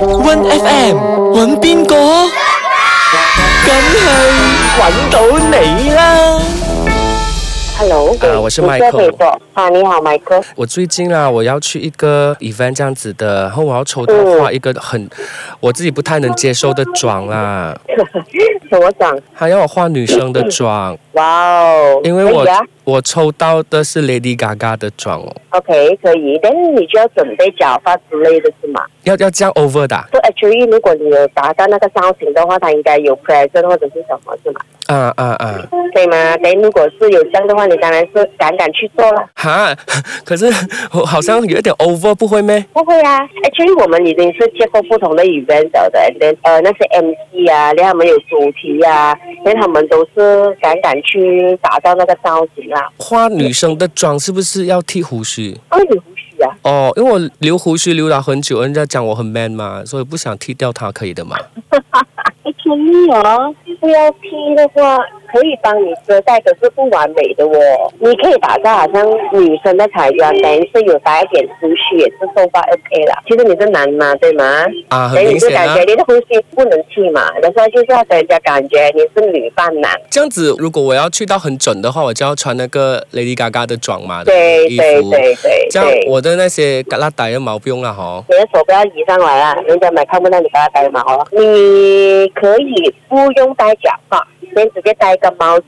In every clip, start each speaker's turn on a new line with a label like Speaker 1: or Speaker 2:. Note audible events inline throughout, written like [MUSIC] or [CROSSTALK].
Speaker 1: One FM 揾边个？梗系揾到你啦！
Speaker 2: Hello，
Speaker 1: 啊我是
Speaker 2: 你
Speaker 1: Michael
Speaker 2: 北国啊，你好，Michael。
Speaker 1: 我最近啊，我要去一个 event 这样子的，然后我要抽到画一个很我自己不太能接受的妆啦，
Speaker 2: 什么长？
Speaker 1: 还要我画女生的妆，
Speaker 2: 哇哦！
Speaker 1: 因为
Speaker 2: 可
Speaker 1: 我
Speaker 2: 以啊
Speaker 1: 我抽到的是 Lady Gaga 的妆哦，
Speaker 2: OK 可以，但是你就要准备假发之类的是吗？
Speaker 1: 要要这样 over 的啊
Speaker 2: 就 actually，如果你有达到那个造型的话，它应该有 present 或者是什么是吗？
Speaker 1: 啊啊啊！
Speaker 2: 可以吗？但如果是有这样的话，你当然是敢敢去做啦。
Speaker 1: 哈， [LAUGHS] 可是我好像有一点 over，不会咩？
Speaker 2: 不会啊，actually 我们已经是接过不同的 event 了的，and then 呃那些 MC 啊，连他们有主题啊，连他们都是敢敢去打造那个造型啦。
Speaker 1: 画女生的妆是不是要剃胡须？
Speaker 2: 哦，你胡须啊？
Speaker 1: 哦，因为我留胡须留了很久，人家讲我很 man 嘛，所以不想剃掉它，可以的嘛？
Speaker 2: 哎，便宜哦，不要剃的话，可以帮你遮盖，可是不完美的哦。你可以打造好像女生的彩妆，等于是有打一点胡须也是收发 OK 啦。其实你是男嘛，对吗？
Speaker 1: 啊，很
Speaker 2: 等于
Speaker 1: 明
Speaker 2: 你就
Speaker 1: 显
Speaker 2: 感
Speaker 1: 啊
Speaker 2: 觉。你的呼吸不能剃嘛，那时候就是要给人家感觉你是女扮男。
Speaker 1: 这样子，如果我要去到很准的话，我就要穿那个 Lady Gaga 的妆嘛，
Speaker 2: 对
Speaker 1: 衣
Speaker 2: 对
Speaker 1: 服。
Speaker 2: 对对
Speaker 1: 这样
Speaker 2: 对，
Speaker 1: 我的那些嘎啦打的毛不用了哈。
Speaker 2: 你的手不要移上来啊，人家买看不到你把它戴毛了。你可以不用戴假发，先直接戴一个帽子。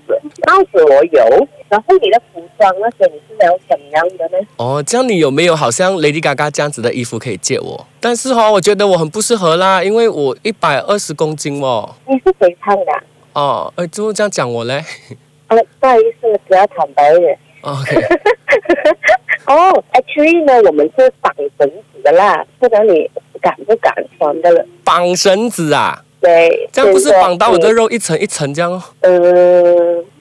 Speaker 2: 帽子我有，然后你的服装那些你是要怎样的呢？
Speaker 1: 哦，这样你有没有好像 Lady Gaga 这样子的衣服可以借我？但是哈、哦，我觉得我很不适合啦，因为我一百二十公斤哦。
Speaker 2: 你是谁唱的啊？
Speaker 1: 哦，呃，怎么这样讲我嘞
Speaker 2: 呃，不好意思，只要坦白一点。
Speaker 1: ？OK，
Speaker 2: [LAUGHS] 哦，actually 呢，我们是绑绳子的啦，不然你敢不敢穿的了？
Speaker 1: 绑绳子啊，
Speaker 2: 对，
Speaker 1: 这样不是
Speaker 2: 就是
Speaker 1: 绑到我的肉一层一层这样哦？
Speaker 2: 呃，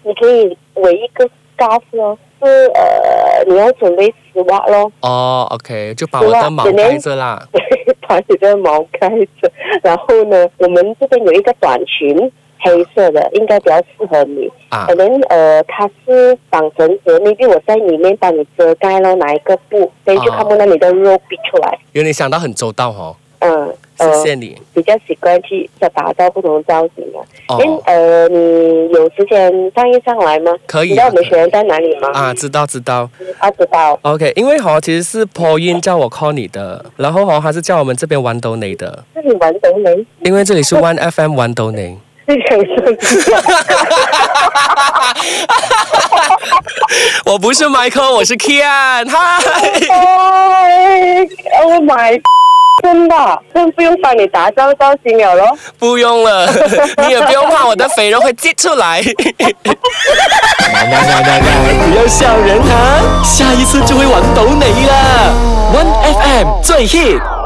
Speaker 2: 你可以围一个 scarf 咯，是呃，你要准备丝袜咯，
Speaker 1: 哦，OK，就把我的毛盖着啦。
Speaker 2: [LAUGHS] 把你的毛盖着。然后呢，我们这边有一个短裙，黑色的，应该比较适合你。
Speaker 1: 啊
Speaker 2: 可，能呃，它是绑绳子，maybe 我在里面帮你遮盖咯，拿一个布，所以就
Speaker 1: 哦
Speaker 2: 看不到你的肉逼出来。
Speaker 1: 有你想到很周到哦，
Speaker 2: 嗯，
Speaker 1: 谢
Speaker 2: 呃，
Speaker 1: 谢你。
Speaker 2: 比较习惯去打造不同的造型啊。诶
Speaker 1: 哦，
Speaker 2: 呃，你有时间上一上来吗？
Speaker 1: 可以啊
Speaker 2: 你知道我们学员在哪里吗？
Speaker 1: 啊，知道知道。
Speaker 2: 啊，知道。
Speaker 1: OK，因为哈、其实是 Pauline 叫我 call 你的，然后哈、他是叫我们这边玩斗你的，
Speaker 2: 那你玩懂没？
Speaker 1: 因为这里是 One FM 玩斗你。
Speaker 2: 是想 [LAUGHS] 说，
Speaker 1: 我不是 Michael，我是 Kian。嗨， [LAUGHS]
Speaker 2: 哎，Oh my，真的，真不用帮你打造造型了咯。
Speaker 1: 不用 [LAUGHS] 了，你也不用怕我的肥肉会挤出来。 [LAUGHS] 不要笑人啊，下一次就会玩斗你了。One FM 最 hit。